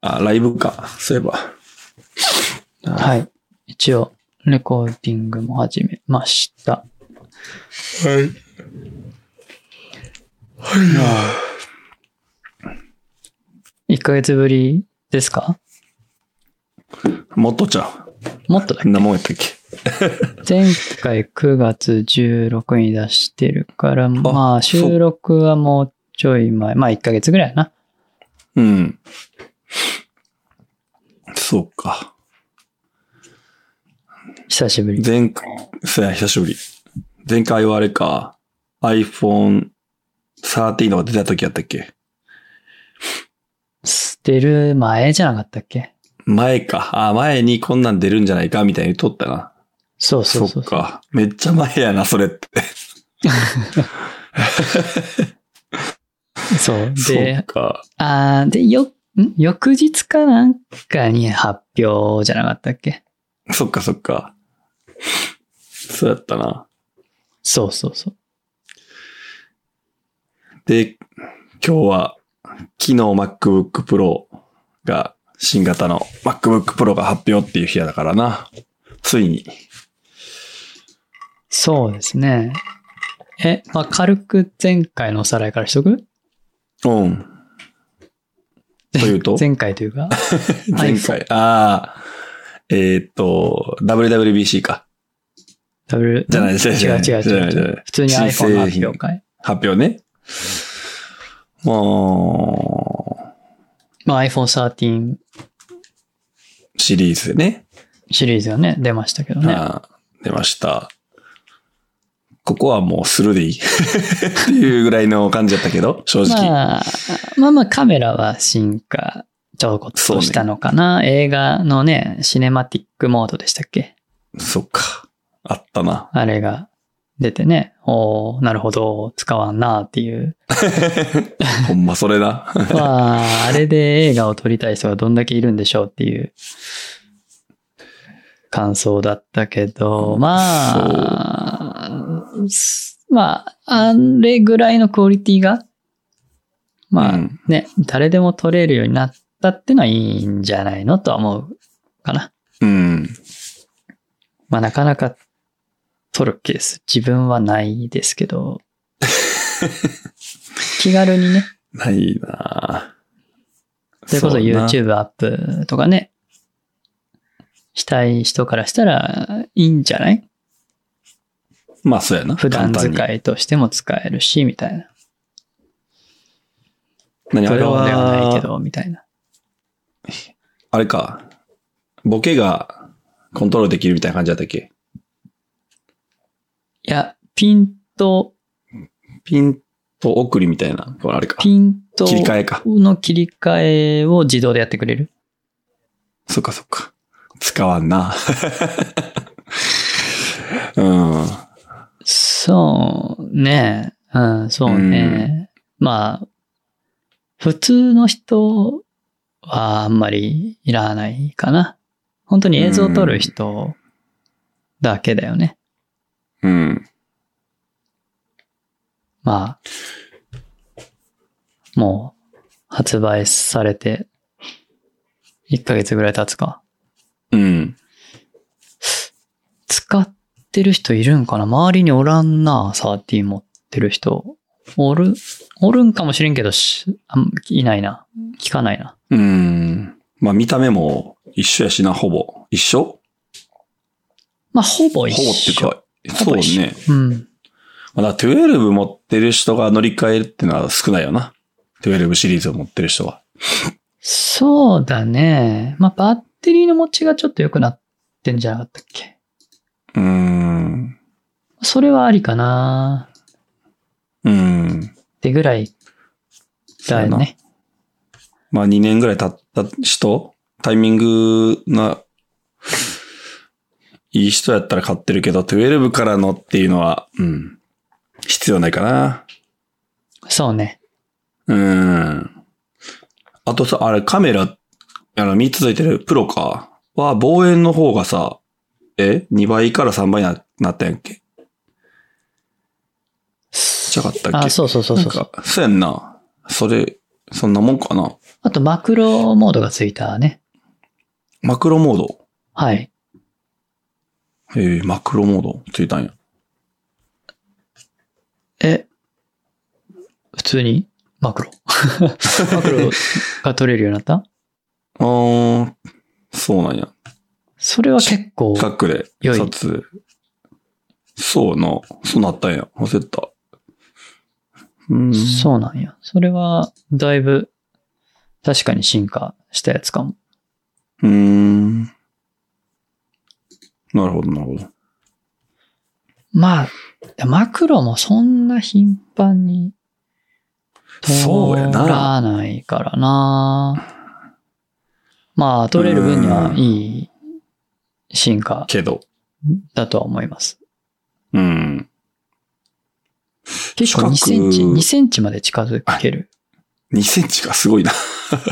あ、ライブか。そういえば。はい。一応、レコーディングも始めました。はい。はいや1ヶ月ぶりですかもっとちゃう。もっとだっけなもんやったっけ前回9月16に出してるから、まあ収録はもうちょい前、まあ1ヶ月ぐらいな。うん。そうか。久しぶり。前回、そうや、久しぶり。前回はあれか、iPhone 13のが出た時やったっけ出る前じゃなかったっけ前か。あ、前にこんなん出るんじゃないかみたいに撮ったな。そうそうそそうっか。めっちゃ前やな、それって。そう。で、そうかあで、よ、ん翌日かなんかに発表じゃなかったっけそっかそっか。そうやったな。そうそうそう。で、今日は、昨日 MacBook Pro が、新型の MacBook Pro が発表っていう日やだからな。ついに。そうですね。え、まあ、軽く前回のおさらいからしとくうん。というと 前回とい うか前回。ああ。えー、っと、WWBC か。 W、じゃないですね。違う違う違う違う。普通に iPhone の発表会。発表ね。まあ。まあ iPhone 13。シリーズでね。シリーズがね、出ましたけどね。出ました。ここはもうするでい いっていうぐらいの感じだったけど、正直。まあ、まあまあカメラは進化、ちょこっとしたのかな、ね、映画のね、シネマティックモードでしたっけそっか。あったな。あれが出てね、おなるほど、使わんなっていう。ほんまそれだ。 まあ、あれで映画を撮りたい人がどんだけいるんでしょうっていう感想だったけど、まあ、まあ、あれぐらいのクオリティが、まあね、うん、誰でも撮れるようになったってのはいいんじゃないのとは思うかな。うん。まあなかなか撮るケース、自分はないですけ ど、気軽にね。ないなそれこそ YouTube アップとかね、したい人からしたらいいんじゃないまあそうやな。普段使いとしても使えるし、みたいな。何あれはではないけど、みたいな。あれか。ボケがコントロールできるみたいな感じだったっけいや、ピント。ピント送りみたいな。これあれか。ピント。切り替えか。の切り替えを自動でやってくれるそっかそっか。使わんな。 うん。そうね。うん、そうね。うん、まあ、普通の人はあんまりいらないかな。本当に映像を撮る人だけだよね。うん。まあ、もう発売されて1ヶ月ぐらい経つか。うん。使ってる人いるんかな周りにおらんな、13持ってる人。おる、おるんかもしれんけどし、あいないな。聞かないな。うん。まあ見た目も一緒やしな、ほぼ。一緒まあほぼ一緒。ほぼってか、そうね。うん。まだ12持ってる人が乗り換えるってのは少ないよな。12シリーズを持ってる人は。そうだね。まあバッテリーの持ちがちょっと良くなってんじゃなかったっけうーん。それはありかな。うん。ってぐらいだよね。まあ2年ぐらい経った人タイミングな、いい人やったら買ってるけど、12からのっていうのは、うん。必要ないかな。そうね。うん。あとさ、あれカメラ、あの、3つ付いてるプロか。は、望遠の方がさ、え ?2 倍から3倍ななったんやっけちゃかったっけあ、そうそうそうそうそうやんな。それ、そんなもんかな。あと、マクロモードがついたね。マクロモード。はい。へえマクロモードついたんや。え、普通にマクロ。マクロが取れるようになった あー、そうなんや。それは結構、近くで良い撮影。そうな。そうなったんや。焦った。うん。そうなんや。それは、だいぶ、確かに進化したやつかも。うーん。なるほど、なるほど。まあ、マクロもそんな頻繁に、そうやな取らないからな。まあ、取れる分にはいい進化けど。だとは思います。うん。結構2センチ、近く2センチまで近づける。 2センチがすごい な。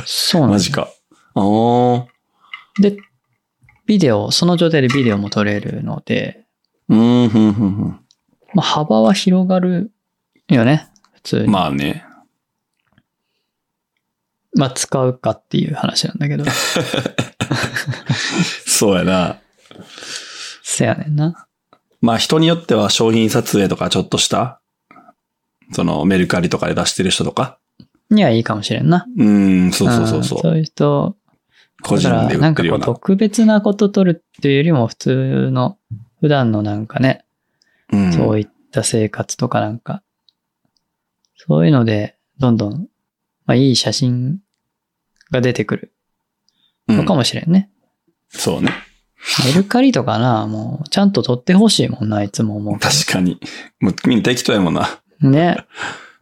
そうなんマでジす。か。あー。で、ビデオ、その状態でビデオも撮れるので、うん、ふんふんふん。まあ、幅は広がるよね。普通に。ままあ、あね。使うかっていう話なん だけど。そうやな。せやねんな。まあ人によっては商品撮影とかちょっとした、そのメルカリとかで出してる人とか。にはいいかもしれんな。うん、そうそうそうそう。んそういう人、個人だかでらな売っんてかるよこううな。特別なこと撮るっていうよりも普通の、普段のなんかね、うん、そういった生活とかなんか、そういうので、どんどん、まあいい写真が出てくるうんのかもしれんね。そうね。メルカリとかな、もうちゃんと撮ってほしいもんな、いつも思うけど。確かに。もうみんな適当やもんな。ね。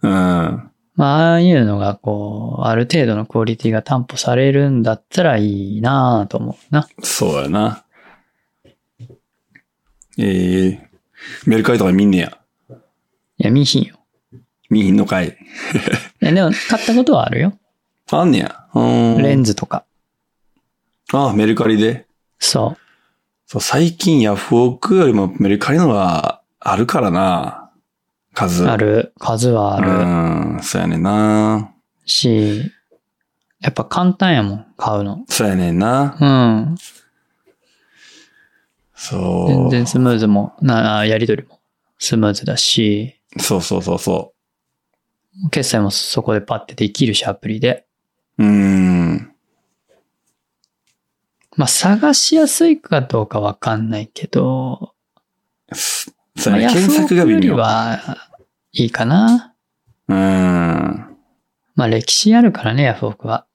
うん。まあ、ああいうのが、こう、ある程度のクオリティが担保されるんだったらいいなぁと思うな。そうやな。ええメルカリとか見んねや。いや、見ひんよ。見ひんのかい。いやでも、買ったことはあるよ。あんねや。うん。レンズとか。あ、メルカリで。そそう、最近ヤフオクよりもメルカリのがあるからな。う。数。あ。る。数はある。うん、そうやねんな。し、やっぱ簡単やもん、買うの。そうやねんな。うん。そう。全然スムーズも、な、あやりとりもスムーズだし、そうそうそうそ決済もそこでパッてできるし、アプリで。う。うーん。まあ、探しやすいかどうかわかんないけど、そそうまあ、やね。ヤフ検オク索がよ微り妙。はいいかな。うーん。まあ、歴史あるからね、ヤフオクは。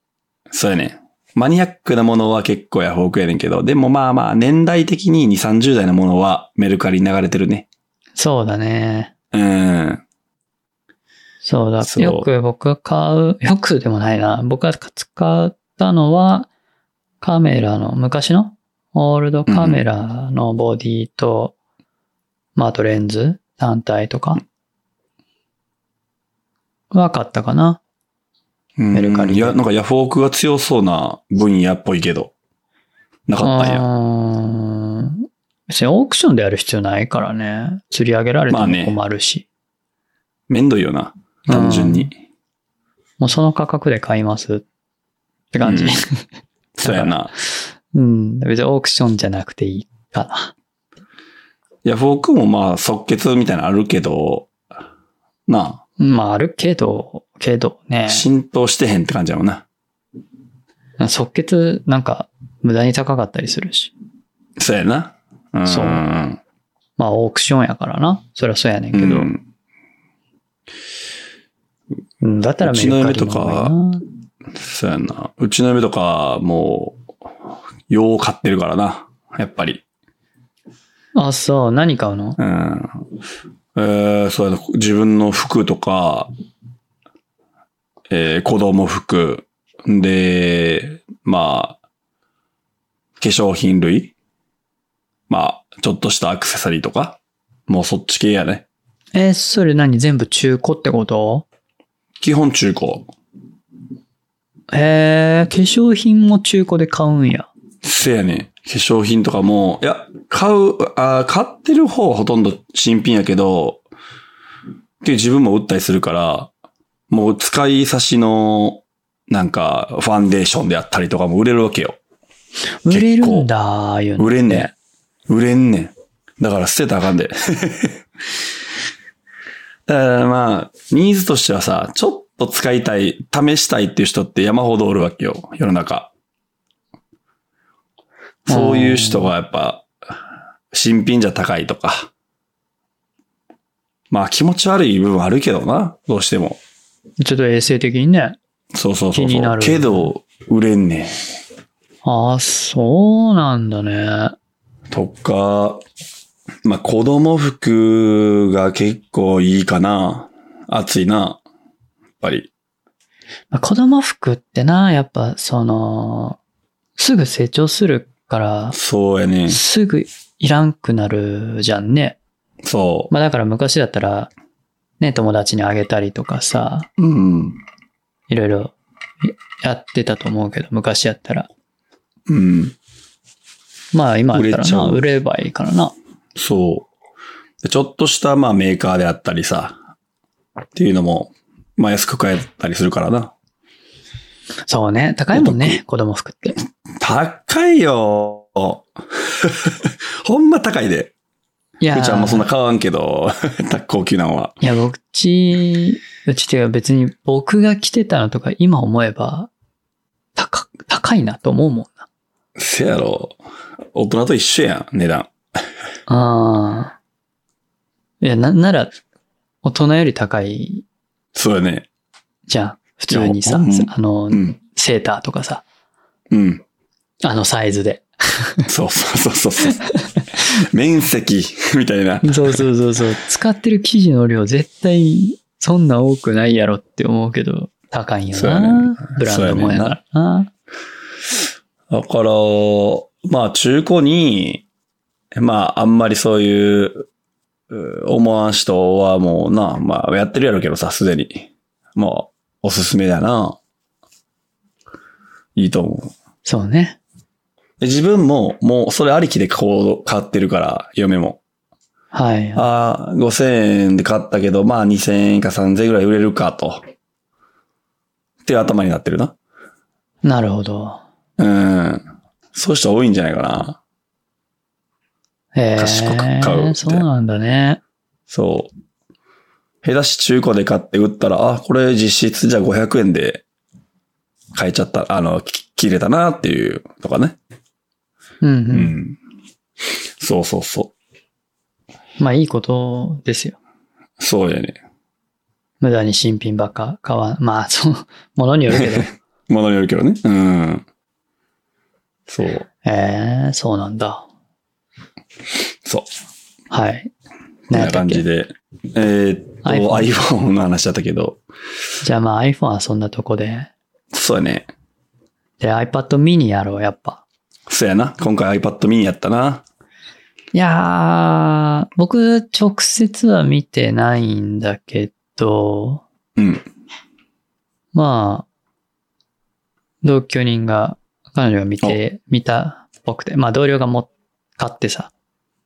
そうやね。マニアックなものは結構ヤフオクやねんけど、でもまあまあ、年代的に2、30代のものはメルカリに流れてるね。そうだね。うーん。そうだ。そうよく僕が買う、よくでもないな。僕が使ったのは、カメラの、昔のオールドカメラのボディと、まあ、あとレンズ単体とか。は買ったかな。うんメルカリいや、なんかヤフオクが強そうな分野っぽいけど。なかったんや。うーん別にオークションでやる必要ないからね。釣り上げられてもまあね困るし。めんどいよな。単純うにん。もうその価格で買いますって感じ。そうやな。うん。別にオークションじゃなくていいかな。ヤフオクもまあ、即決みたいなのあるけど、なまあ、あるけど、けどねあ、。浸透してへんって感じやもんな。即決なんか無駄に高かったりするし。そうやな。うん。そうまあ、オークションやからな。そりゃそうやねんけうど。ん。うん、だったらメルカリの方がいいな。そうやんな。うちの嫁とか、もう、よう買ってるからな。やっぱり。あ、そう。何買うのうん。えー、そうやな。自分の服とか、えー、子供服。で、まあ、化粧品類。まあ、ちょっとしたアクセサリーとか。もうそっち系やね。え、それ何全部中古ってこと基本中古。へえ、化粧品も中古で買うんや。せやね。化粧品とかも、いや、買う、あー買ってる方はほとんど新品やけど、けど自分も売ったりするから、もう使い差しのなんか、ファンデーションであったりとかも売れるわけよ。売れるんだ、ああいうの。売れんねん。売れんねん。だから捨てたらあかんで。 だからまあ、ニーズとしてはさ、ちょっと使いたい、試したいっていう人って山ほどおるわけよ、世の中。そういう人がやっぱ、新品じゃ高いとか。まあ気持ち悪い部分あるけどな、どうしても。ちょっと衛生的にね。そうそうそう気そになう。るけど、売れんねん。ああ、そうなんだね。とか、まあ、子供服が結構いいかな。暑いな。やっぱり。まあ子供服ってな、やっぱその、すぐ成長するから、そうやね。すぐいらんくなるじゃんね。そまあだから昔だったら、ね、友達にあげたりとかさ、う。うん。いろいろやってたと思うけど、昔やったら。うん。まあ今やった売れらちゃな、う売ればいいからな。そう。でちょっとした、まあ、メーカーであったりさ。っていうのも、まあ、安く買えたりするからな。そうね、高いもんね、子供服って。高いよ。 ほんま高いで。いやーうちはあんまそんな買わんけ ど、高級なんは。いや、僕ち、うちっていうか別に僕が着てたのとか今思えば、高、高いなと思うもんな。せやろ。大人と一緒やん、値段。ああ。いや、な、なら、大人より高いそうやね。じゃん。普通にさ、いやうんあのう、ん。セーターとかさ、うん。あのサイズで。そうそうそうそうそう。面積みたいな。そうそうそうそう。使ってる生地の量絶対そんな多くないやろって思うけど、高いんやそうやねな。ブランドもんやからな。だから、まあ中古に、まああんまりそういう、う思わん人はもうな、まあやってるやろうけどさ、すでに。もう、おすすめだな。いいと思う。そうね。で自分ももうそれありきでこう買ってるから、嫁も。はい。ああ、5000円で買ったけど、まあ2000円か3000円ぐらい売れるかと。っていう頭になってるな。なるほど。うん。そういう人多いんじゃないかな。ええ賢く買うってそうなんだね。そう。下手し中古で買って売ったら、あ、これ実質じゃあ500円で買えちゃった、あの、き切れたなっていうとかね。うん、う。うんん。そうそうそまあいいことですよ。う。そうやね。無駄に新品ばっか買わん。まあ、そう、ものによるけど。ものによるけどね。うん。そう。ええそうなんだ。そう。はい。こん何やなったっ感じけで。えーっと、 iPhone iPhone の話だったけど。じゃあまあ iPhone はそんなとこで。そうやね。で、iPad mini やろう、やっぱ。そうやな。今回 iPad mini やったな。いやー、僕、直接は見てないんだけど、うん。まあ、同居人が、彼女が見て、見たっぽくて、まあ同僚がも、買ってさ、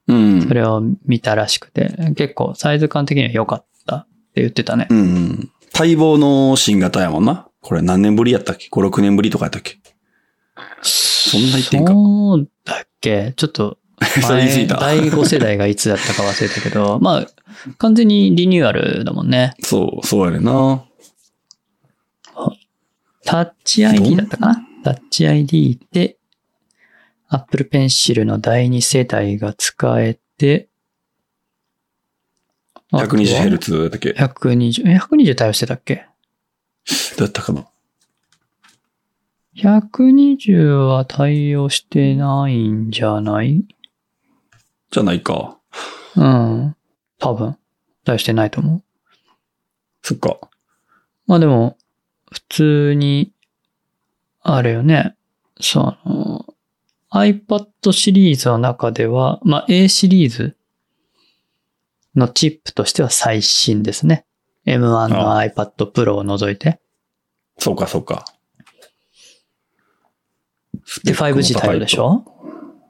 うん。それを見たらしくて、結構サイズ感的には良かったって言ってたね。うんうん。待望の新型やもんな。これ何年ぶりやったっけ ?5、6年ぶりとかやったっけそんな言ってんか、そうだっけちょっと それ言い過ぎ前た第5世代がいつだったか忘れた けど、まあ、完全にリニューアルだもんね。そう、そうやねんな。タッチ ID だったかなタッチ ID で、Apple Pencil の第2世代が使えて、ル 120Hz だったっけど120、え120対応してたっけうやったかな ?120 は対応してないんじゃないじゃないか。うん。多分。対応してないと思う。そっか。まあでも、普通に、あれよね、その、iPad シリーズの中では、まあ A シリーズのチップとしては最新ですね。M1 のあ iPad Pro を除いて。そうか、そうか。で、5G 対応でしょ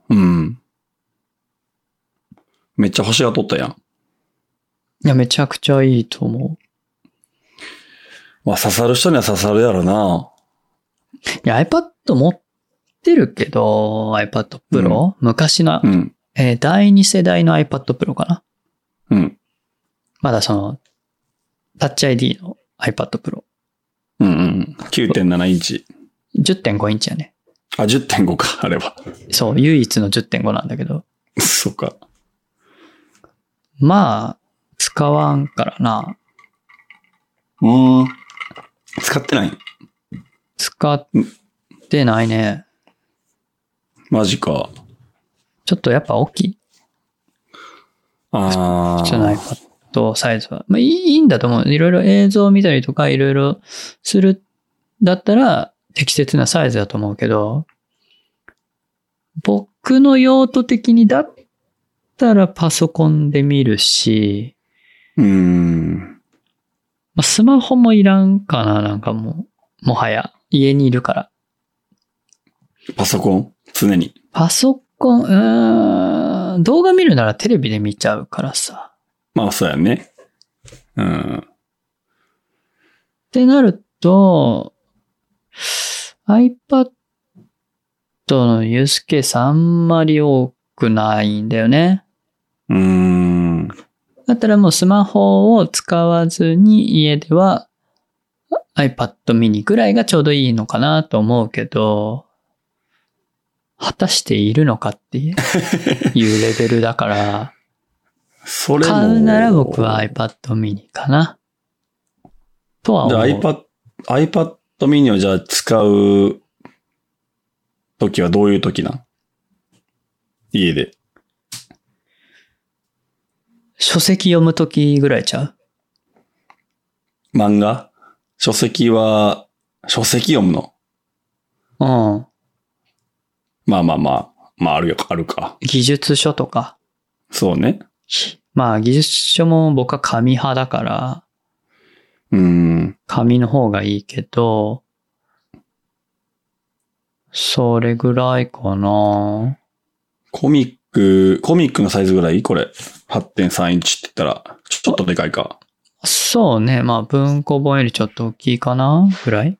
うん。めっちゃ星が取ったやん。いや、めちゃくちゃいいと思う。まあ刺さる人には刺さるやろな。いや、iPad 持ってるけど、iPad Pro、昔の、うん。えー第2世代の iPad Pro かな。うん。まだその、Touch ID の iPad Pro。うんうん。9.7インチ。 10.5インチやね。あ、10.5か、あれは。 そう、唯一の10.5なんだけど。そっか。まあ、使わんからな。うん。使ってない使ってないね。マジか。ちょっとやっぱ大きい。ああ。じゃない。iPad サイズは。まあいいいいんだと思う。いろいろ映像を見たりとか、いろいろする、だったら適切なサイズだと思うけど、僕の用途的にだったらパソコンで見るし、うーん。まあ、スマホもいらんかな、なんかもう。もはや、家にいるから。パソコン常に。パソコン、うーん、動画見るならテレビで見ちゃうからさ。まあ、そうやね。うん。ってなると、iPad のユースケースあんまり多くないんだよね。うーん。だったらもうスマホを使わずに家では iPad mini ぐらいがちょうどいいのかなと思うけど、果たしているのかっていういうレベルだから、それも。買うなら僕は iPad mini かな。とはじ思ゃあう。 iPad、iPad mini をじゃあ使う時はどういう時なん家で。書籍読むときぐらいちゃう漫画書籍は、書籍読むのうん。まあまあまあ。まああるよ、あるか。技術書とか。そうね。まあ技術書も僕は紙派だから、うーん。紙の方がいいけど、それぐらいかな。コミック、コミックのサイズぐらいこれ。8.3インチって言ったら、ちょっとでかいか。そうね。まあ文庫本よりちょっと大きいかなぐらい。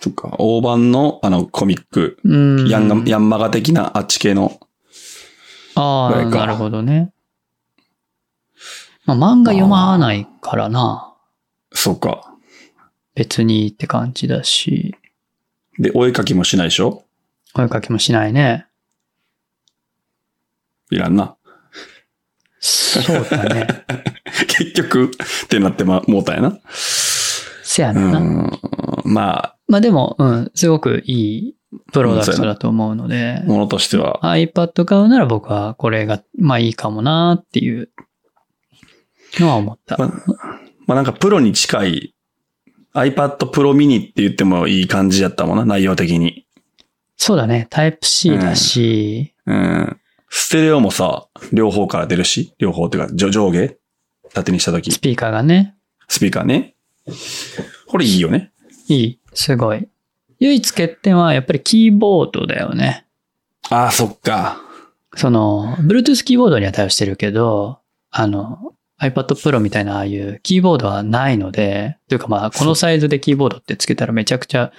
そっか。大判の、あの、コミック。うん。ヤンガ、ヤンマガ的なあっち系の。あぐあ、らいかなるほどね。まあ漫画読まないからな。そっか。別にって感じだし、で、お絵かきもしないでしょ声かけもしないね。いらんな。 そうだね。結局、ってなってま、もうたんやな。せやうな。ん。まあ、まあでも、うん、すごくいいプロダクトだと思うので、ものとしては。 iPad 買うなら僕はこれが、まあいいかもなっていうのは思った。まあ、まあなんかプロに近い iPad Pro mini って言ってもいい感じやったもんな、内容的に。そうだね、タイプ C だし、うん。ステレオもさ、両方から出るし、両方っていうか、上上下縦にしたとき、ススピーカーがね、ピーカーね。これいいよね。いい、すごい。唯一欠点はやっぱりキーボードだよね。ああ、そっか。その、Bluetooth キーボードには対応してるけど、あの、iPad Pro みたいなああいうキーボードはないので、というかまあ、このサイズでキーボードってつけたらめちゃくちゃ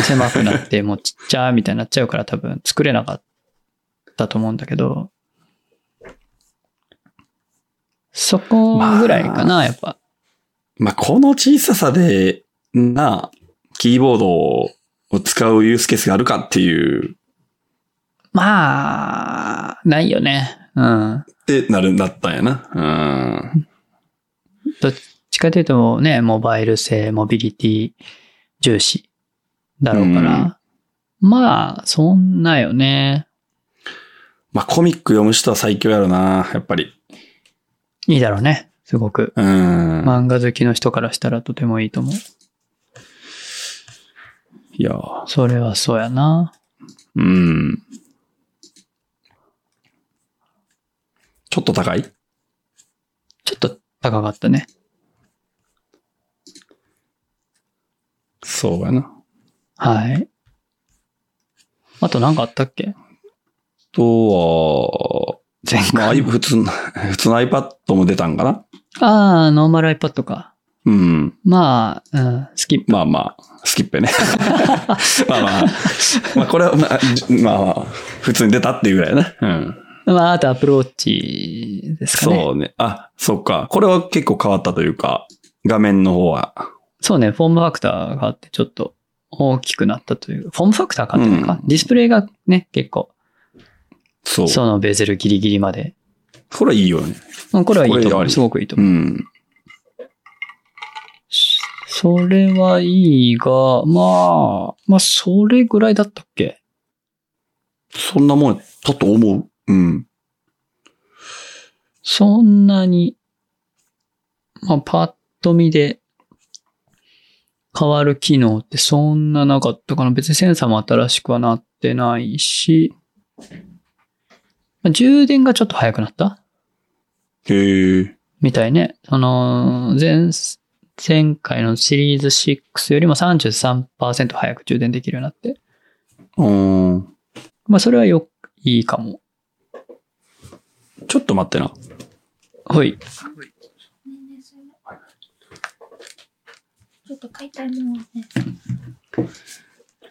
狭くなって、もうちっちゃーみたいになっちゃうから多分作れなかったと思うんだけど、そこぐらいかな、やっぱ。まあ、この小ささで、なあ、キーボードを使うユースケースがあるかっていう、まあ、ないよね。うん。ってなるんだったんやな。うん。どっちかというとね、モバイル性、モビリティ重視だろうから、まあ、そんなよね。まあ、コミック読む人は最強やろな、やっぱり。いいだろうね、すごく。うん。漫画好きの人からしたらとてもいいと思う。いやーそれはそうやな。うん。ちょっと高いちょっと高かったね。そうやな。はい。あと何かあったっあけと前は、まあ、回。普通の、普通の iPad も出たんかなああ、ノーマル iPad か。うん。まあ、うん、スキップ。まあまあ、スキッペね。 まあまあ、まあこれは、まあ、じまあまあ、普通に出たっていうぐらいね。うん。まあ、あとアプローチですかね。そうね。あ、そっか。これは結構変わったというか、画面の方は。そうね、フォームファクターがあって、ちょっと大きくなったという。フォームファクターがあったのか、ディスプレイがね、結構、そう。そのベゼルギリギリまで。これはいいよね。うんこれはいいこれとあ思う。りすごくいいとう思う。ん。それはいいが、まあ、まあ、それぐらいだったっけそんなもんだと思う。うん。そんなに、まあ、パッと見で変わる機能ってそんななかったかな。別にセンサーも新しくはなってないし、まあ、充電がちょっと早くなったへえ。みたいね。その、前、前回のシリーズ6よりも33%早く充電できるようになって。うん。まあ、それはよ、いいかも。ちょっと待ってな。はい。ねえねえそれちょっと買いたいものをね。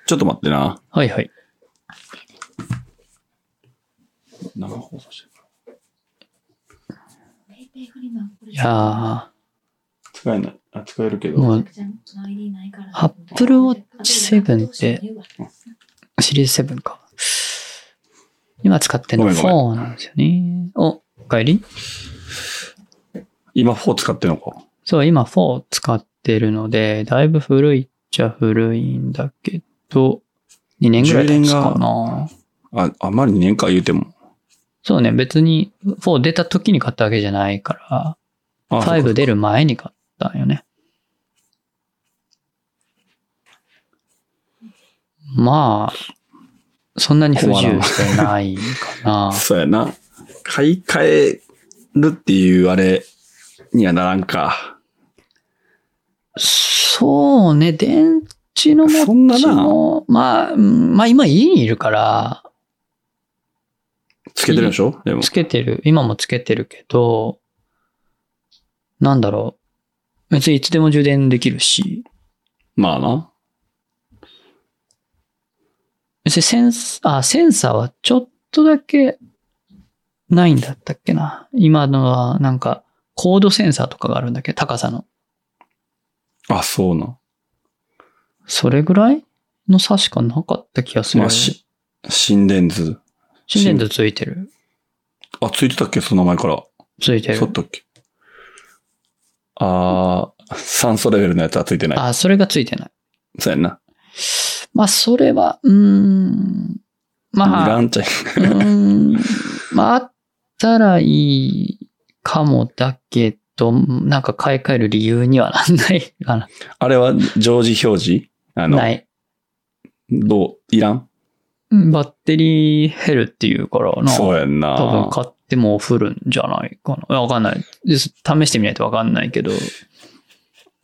ちょっと待ってな。はいはい。生放送してる。ペイペイフリマこれいや使えない。あ、使えるけー、もう、じゃあ ID ないから Apple Watch 7ってシリーズ7か。今使ってんのごめんごめん4なんですよね。お、お帰り今4使ってんのか。そう、今4使ってるので、だいぶ古いっちゃ古いんだけど、2年ぐらい経つか充電な。あ、あんまり2年間言うても。そうね、別に4出た時に買ったわけじゃないかあら、そう5か出る前に買ったんよね。まあ、そんなに不自由してないかな。そうやな。買い替えるっていうあれにはならんか。そうね、電池のそん持なちなも、まあ、うんまあ今家にいるから、つけてるんでしょでも。つけてる、今もつけてるけど、なんだろう。別にいつでも充電できるし、まあな。別にセンス、あ、センサーはちょっとだけないんだったっけな。今のはなんか、高度センサーとかがあるんだっけど、高さの。あ、そうな。それぐらいの差しかなかった気がする。まあ、し、心電図。心電図ついてる。あ、ついてたっけその前から。ついてそうるだ。ったっけあー、酸素レベルのやつはついてない。あ、それがついてない。そうやな。まあ、それは、うーん。まあい、らんちゃい。うーん。まあ、あったらいいかもだけど、なんか買い替える理由にはなんないかな。あれは常時表示あの、ない。どういらんうんバッテリー減るっていうからな。そうやんな。多分買っても降るんじゃないかな。わかんない。です試してみないとわかんないけど。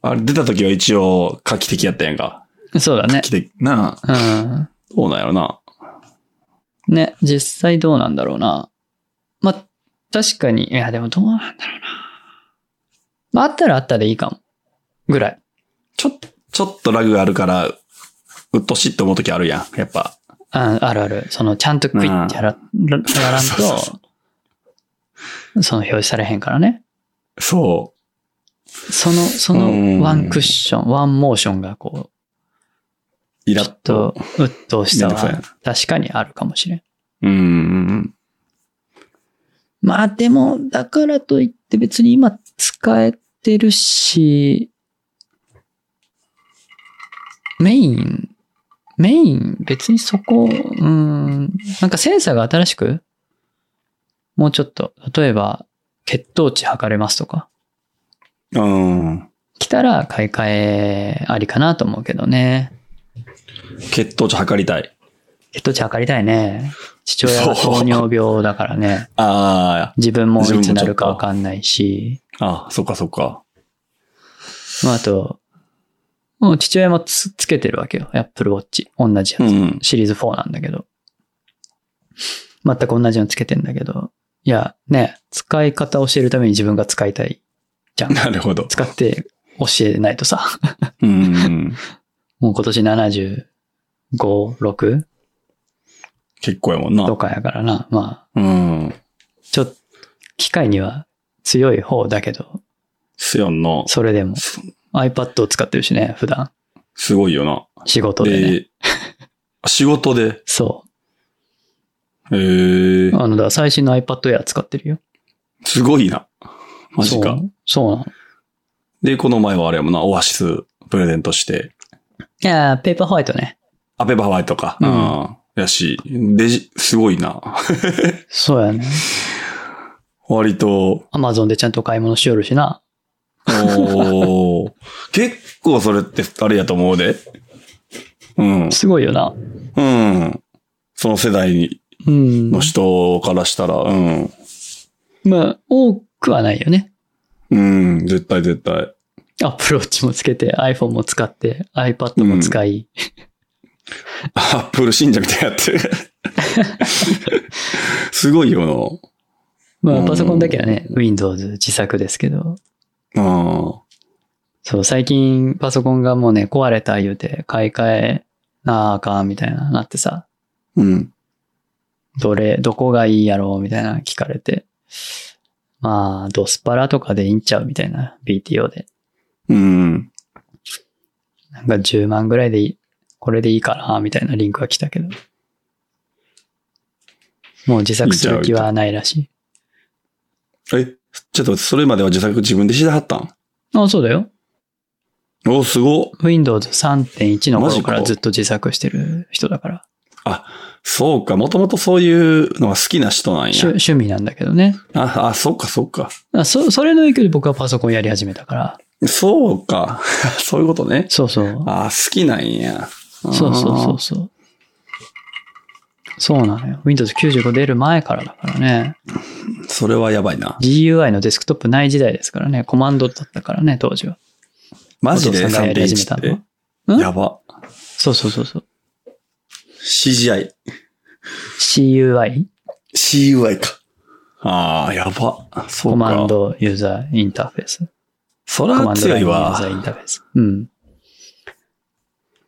あれ出た時は一応画期的やったやんか。そう だね画。期的。なあ、うん。どうなんやろな。ね、実際どうなんだろうな。まあ、確かに、いや、でもどうなんだろうな。まあ、あったらあったでいいかも。ぐらい。ちょ、ちょっとラグがあるから、うっとうしいって思う時あるやん。やっぱ。ああるある。その、ちゃんとクイッてやららやらんそうそうそと、その表示されへんからね。そその、そうんのワンクッション、ワンモーションがこう。イう、ちラょッっとと。、鬱陶しさめんどくさいはな確かにあるかもしれん。うんうんうん。まあでも、だからといって別に今使えてるし、メイン、メイン、別にそこ、うん、なんかセンサーが新しくもうちょっと、例えば、血糖値測れますとか、うん。来たら買い替えありかなと思うけどね。血糖値測りたい。血糖値測りたいね。父親は糖尿病だからね。あ自分もいつなるか自分もちょっとわかんないし。あ、あそっかそっか。まあ、あと、もう父親もつつけてるわけよ。Apple Watch。同じやつ。うんうんシリーズ4なんだけど。全く同じのつけてんだけど。いや、ね、使い方を教えるために自分が使いたいじゃん。なるほど。使って教えないとさ、 うん。もう今年75、6? 結構やもんなと。かやからな。まあ、うん。ちょっと、機械には強い方だけど、すやんな。それでもす iPad を使ってるしね、普段。すごいよな。仕事でね。で仕事で。そええう。あの、だから最新の iPad Air 使ってるよ。すごいな。マジかそ。う。そうなの。で、この前はあれやもんな、オアシスプレゼントして、いやーペーパーホワイトね。アペバハワイとか、ううんん、やし、デジ、すごいな。そうやね。 割と、アマゾンでちゃんと買い物しよるしな。おー結構それってあれやと思うで。うん。すごいよな。うん。その世代うんの。人からしたら、うん。まあ、多くはないよね。うん、絶対絶対。 アプローチもつけて、iPhone も使って、iPad も使い。アップル信者みたいにな ってる。すごいよまうあ、んパソコンだけはね、Windows 自作ですけど。な。うん。そう、最近パソコンがもうね、壊れた言うて、買い替えなあかんみたいな、なってさ、うん。どれ、どこがいいやろうみたいな聞かれて。まあ、ドスパラとかでいいんちゃうみたいな、BTO で。うん。なんか10万ぐらいでいい、これでいいかなみたいなリンクが来たけど。もう自作する気はないらしえ、ちょっとそれまでは自作自分でしてはったんい。あ、そうだよ。お、すごっ。 Windows 3.1のマ頃ジかからずっと自作してる人だから。そうか、もともとそういうのが好きな人なん趣や。趣味なんだけどね。あ、あ、そっか、そっか。あそ、それの影響で僕はパソコンやり始めたから。そうか。 そういうことね。そうそう。あ、好きなんや。そうそうそうそう。そうなのよ。Windows 95出る前からだからね。うん。それはやばいな。 GUI のデスクトップない時代ですからね。コマンドだったからね、当時は。マジでお父さんがやり始め3.1たっのては。んやば。そうそうそうそう。 CGI。 CUI? CUI か。ああ、やば。そうか。コマン。ドユーザーインターフェース。そコマらンドラ強インいユーわザ。ーインターフェース。うん。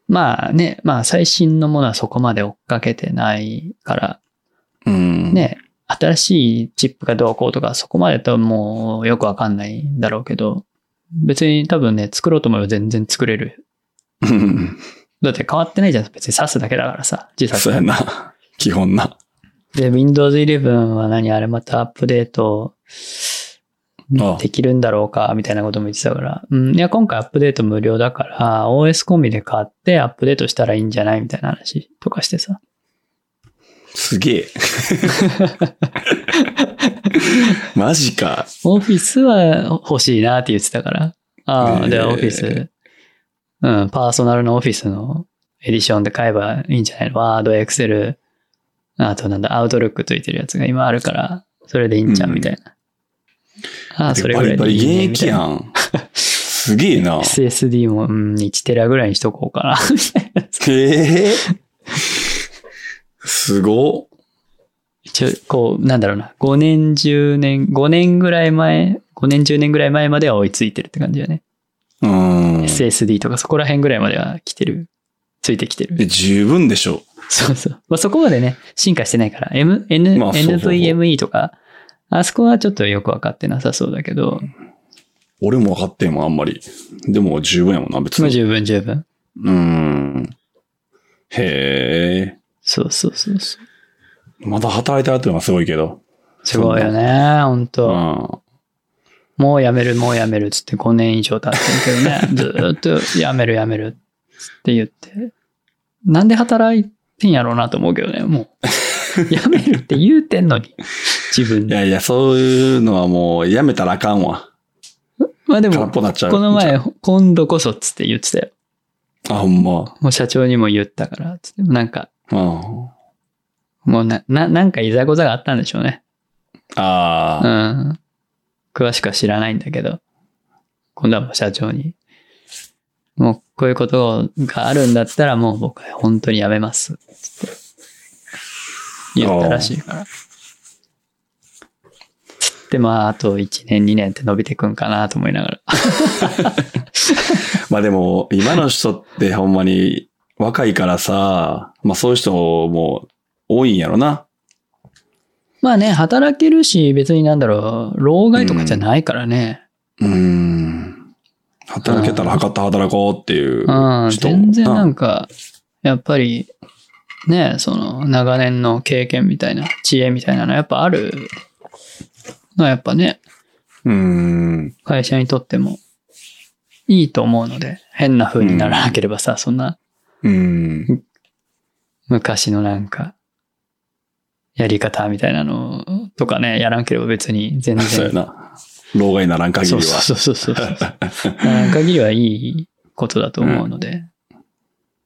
まあね、まあ最新のものはそこまで追っかけてないから、うん。。ね、新しいチップがどうこうとか、そこまでともうよくわかんないんだろうけど、別に多分ね、作ろうと思えば全然作れる。だって変わってないじゃん。別に刺すだけだからさ、自 そう作。やな。基本な。で、Windows 11は何あれまたアップデートああできるんだろうか、みたいなことも言ってたから。うん、いや、今回アップデート無料だから、OS コンビで買ってアップデートしたらいいんじゃないみたいな話とかしてさ。すげ え。マジか。オフィスは欲しいなって言ってたから。ああ、えで、ーオフィス。うん、パーソナルのオフィスのエディションで買えばいいんじゃないのワード、エクセル、あとなんだ、アウトルックついてるやつが今あるから、それでいいんちゃううんみたいな。ああ、それバぐらリいバでリいいね現み役たいやな。ん。すげえ な。 SSD も、うん、1テラぐらいにしとこうかな。 みたいなへえ。すごっ。一応、こう、なんだろうな。5年、10年、5年ぐらい前、5年、10年ぐらい前までは追いついてるって感じだよね。うん。 SSD とかそこら辺ぐらいまでは来てる。ついてきてる。え十分でしょ。そうそう。まあ、そこまでね、進化してないから。M、N、まあそうそうそう NVMe とか、あそこはちょっとよくわかってなさそうだけど、俺も分かってんもん、あんまり。でも十分やもんな、別まあに。十分十分。うん。へえ。そうそうそうそう。まだ働いてあるってのはすごいけど。すごいよね、ほんうと。ん。もうやめる、もうやめるっつって5年以上経ってる けどね。ずーっとやめる、やめるって言って。なんで働いてんやろうなと思うけどね、も う。やめるって言うてんのに。自分いで。やいや、そういうのはもうやめたらあかんわ。まあで空もっ、ぽになっちゃう。このじ前ゃ、今度こそっつって言ってたよ。あ。あ、ほんま。もう社長にも言ったから、つって。なんか、うん。もうな、な、なんかいざこざがあったんでしょうね。うああ。ん。詳しくは知らないんだけど。今度はもう社長に。もうこういうことがあるんだったらもう僕は本当にやめます。つって。言ったらしいから。で、まあ、あと1年、2年って伸びてくんかなと思いながら。まあでも、今の人ってほんまに若いからさ、まあそういう人も多いんやろな。まあね、働けるし、別になんだろう、老害とかじゃないからね。うーん。働けたら測った働こうっていううん、人。全然なんか、やっぱり、ね、その、長年の経験みたいな、知恵みたいなのやっぱあるのはやっぱね、うん。会社にとってもいいと思うので、変な風にならなければさ、そんなうん。昔のなんか、やり方みたいなのとかね、やらんければ別に全然。そうやな。老害ならん限りは。そうそうそうそうそう。なら限りはいいことだと思うので、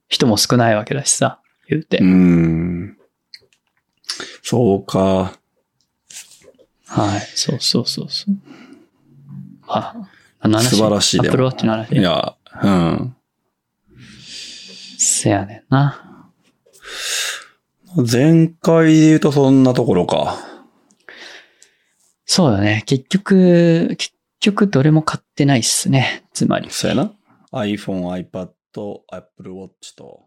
人も少ないわけだしさ、言うて。うん。そうか。はい。そうそうそうそう。まあ、あの話。素晴らしいアでもップルワッチの話。いや、うん。せやねんな。前回で言うとそんなところか。そうだね。結局、結局どれも買ってないっすね。つまり。そうやな。iPhone、iPad、Apple Watch と。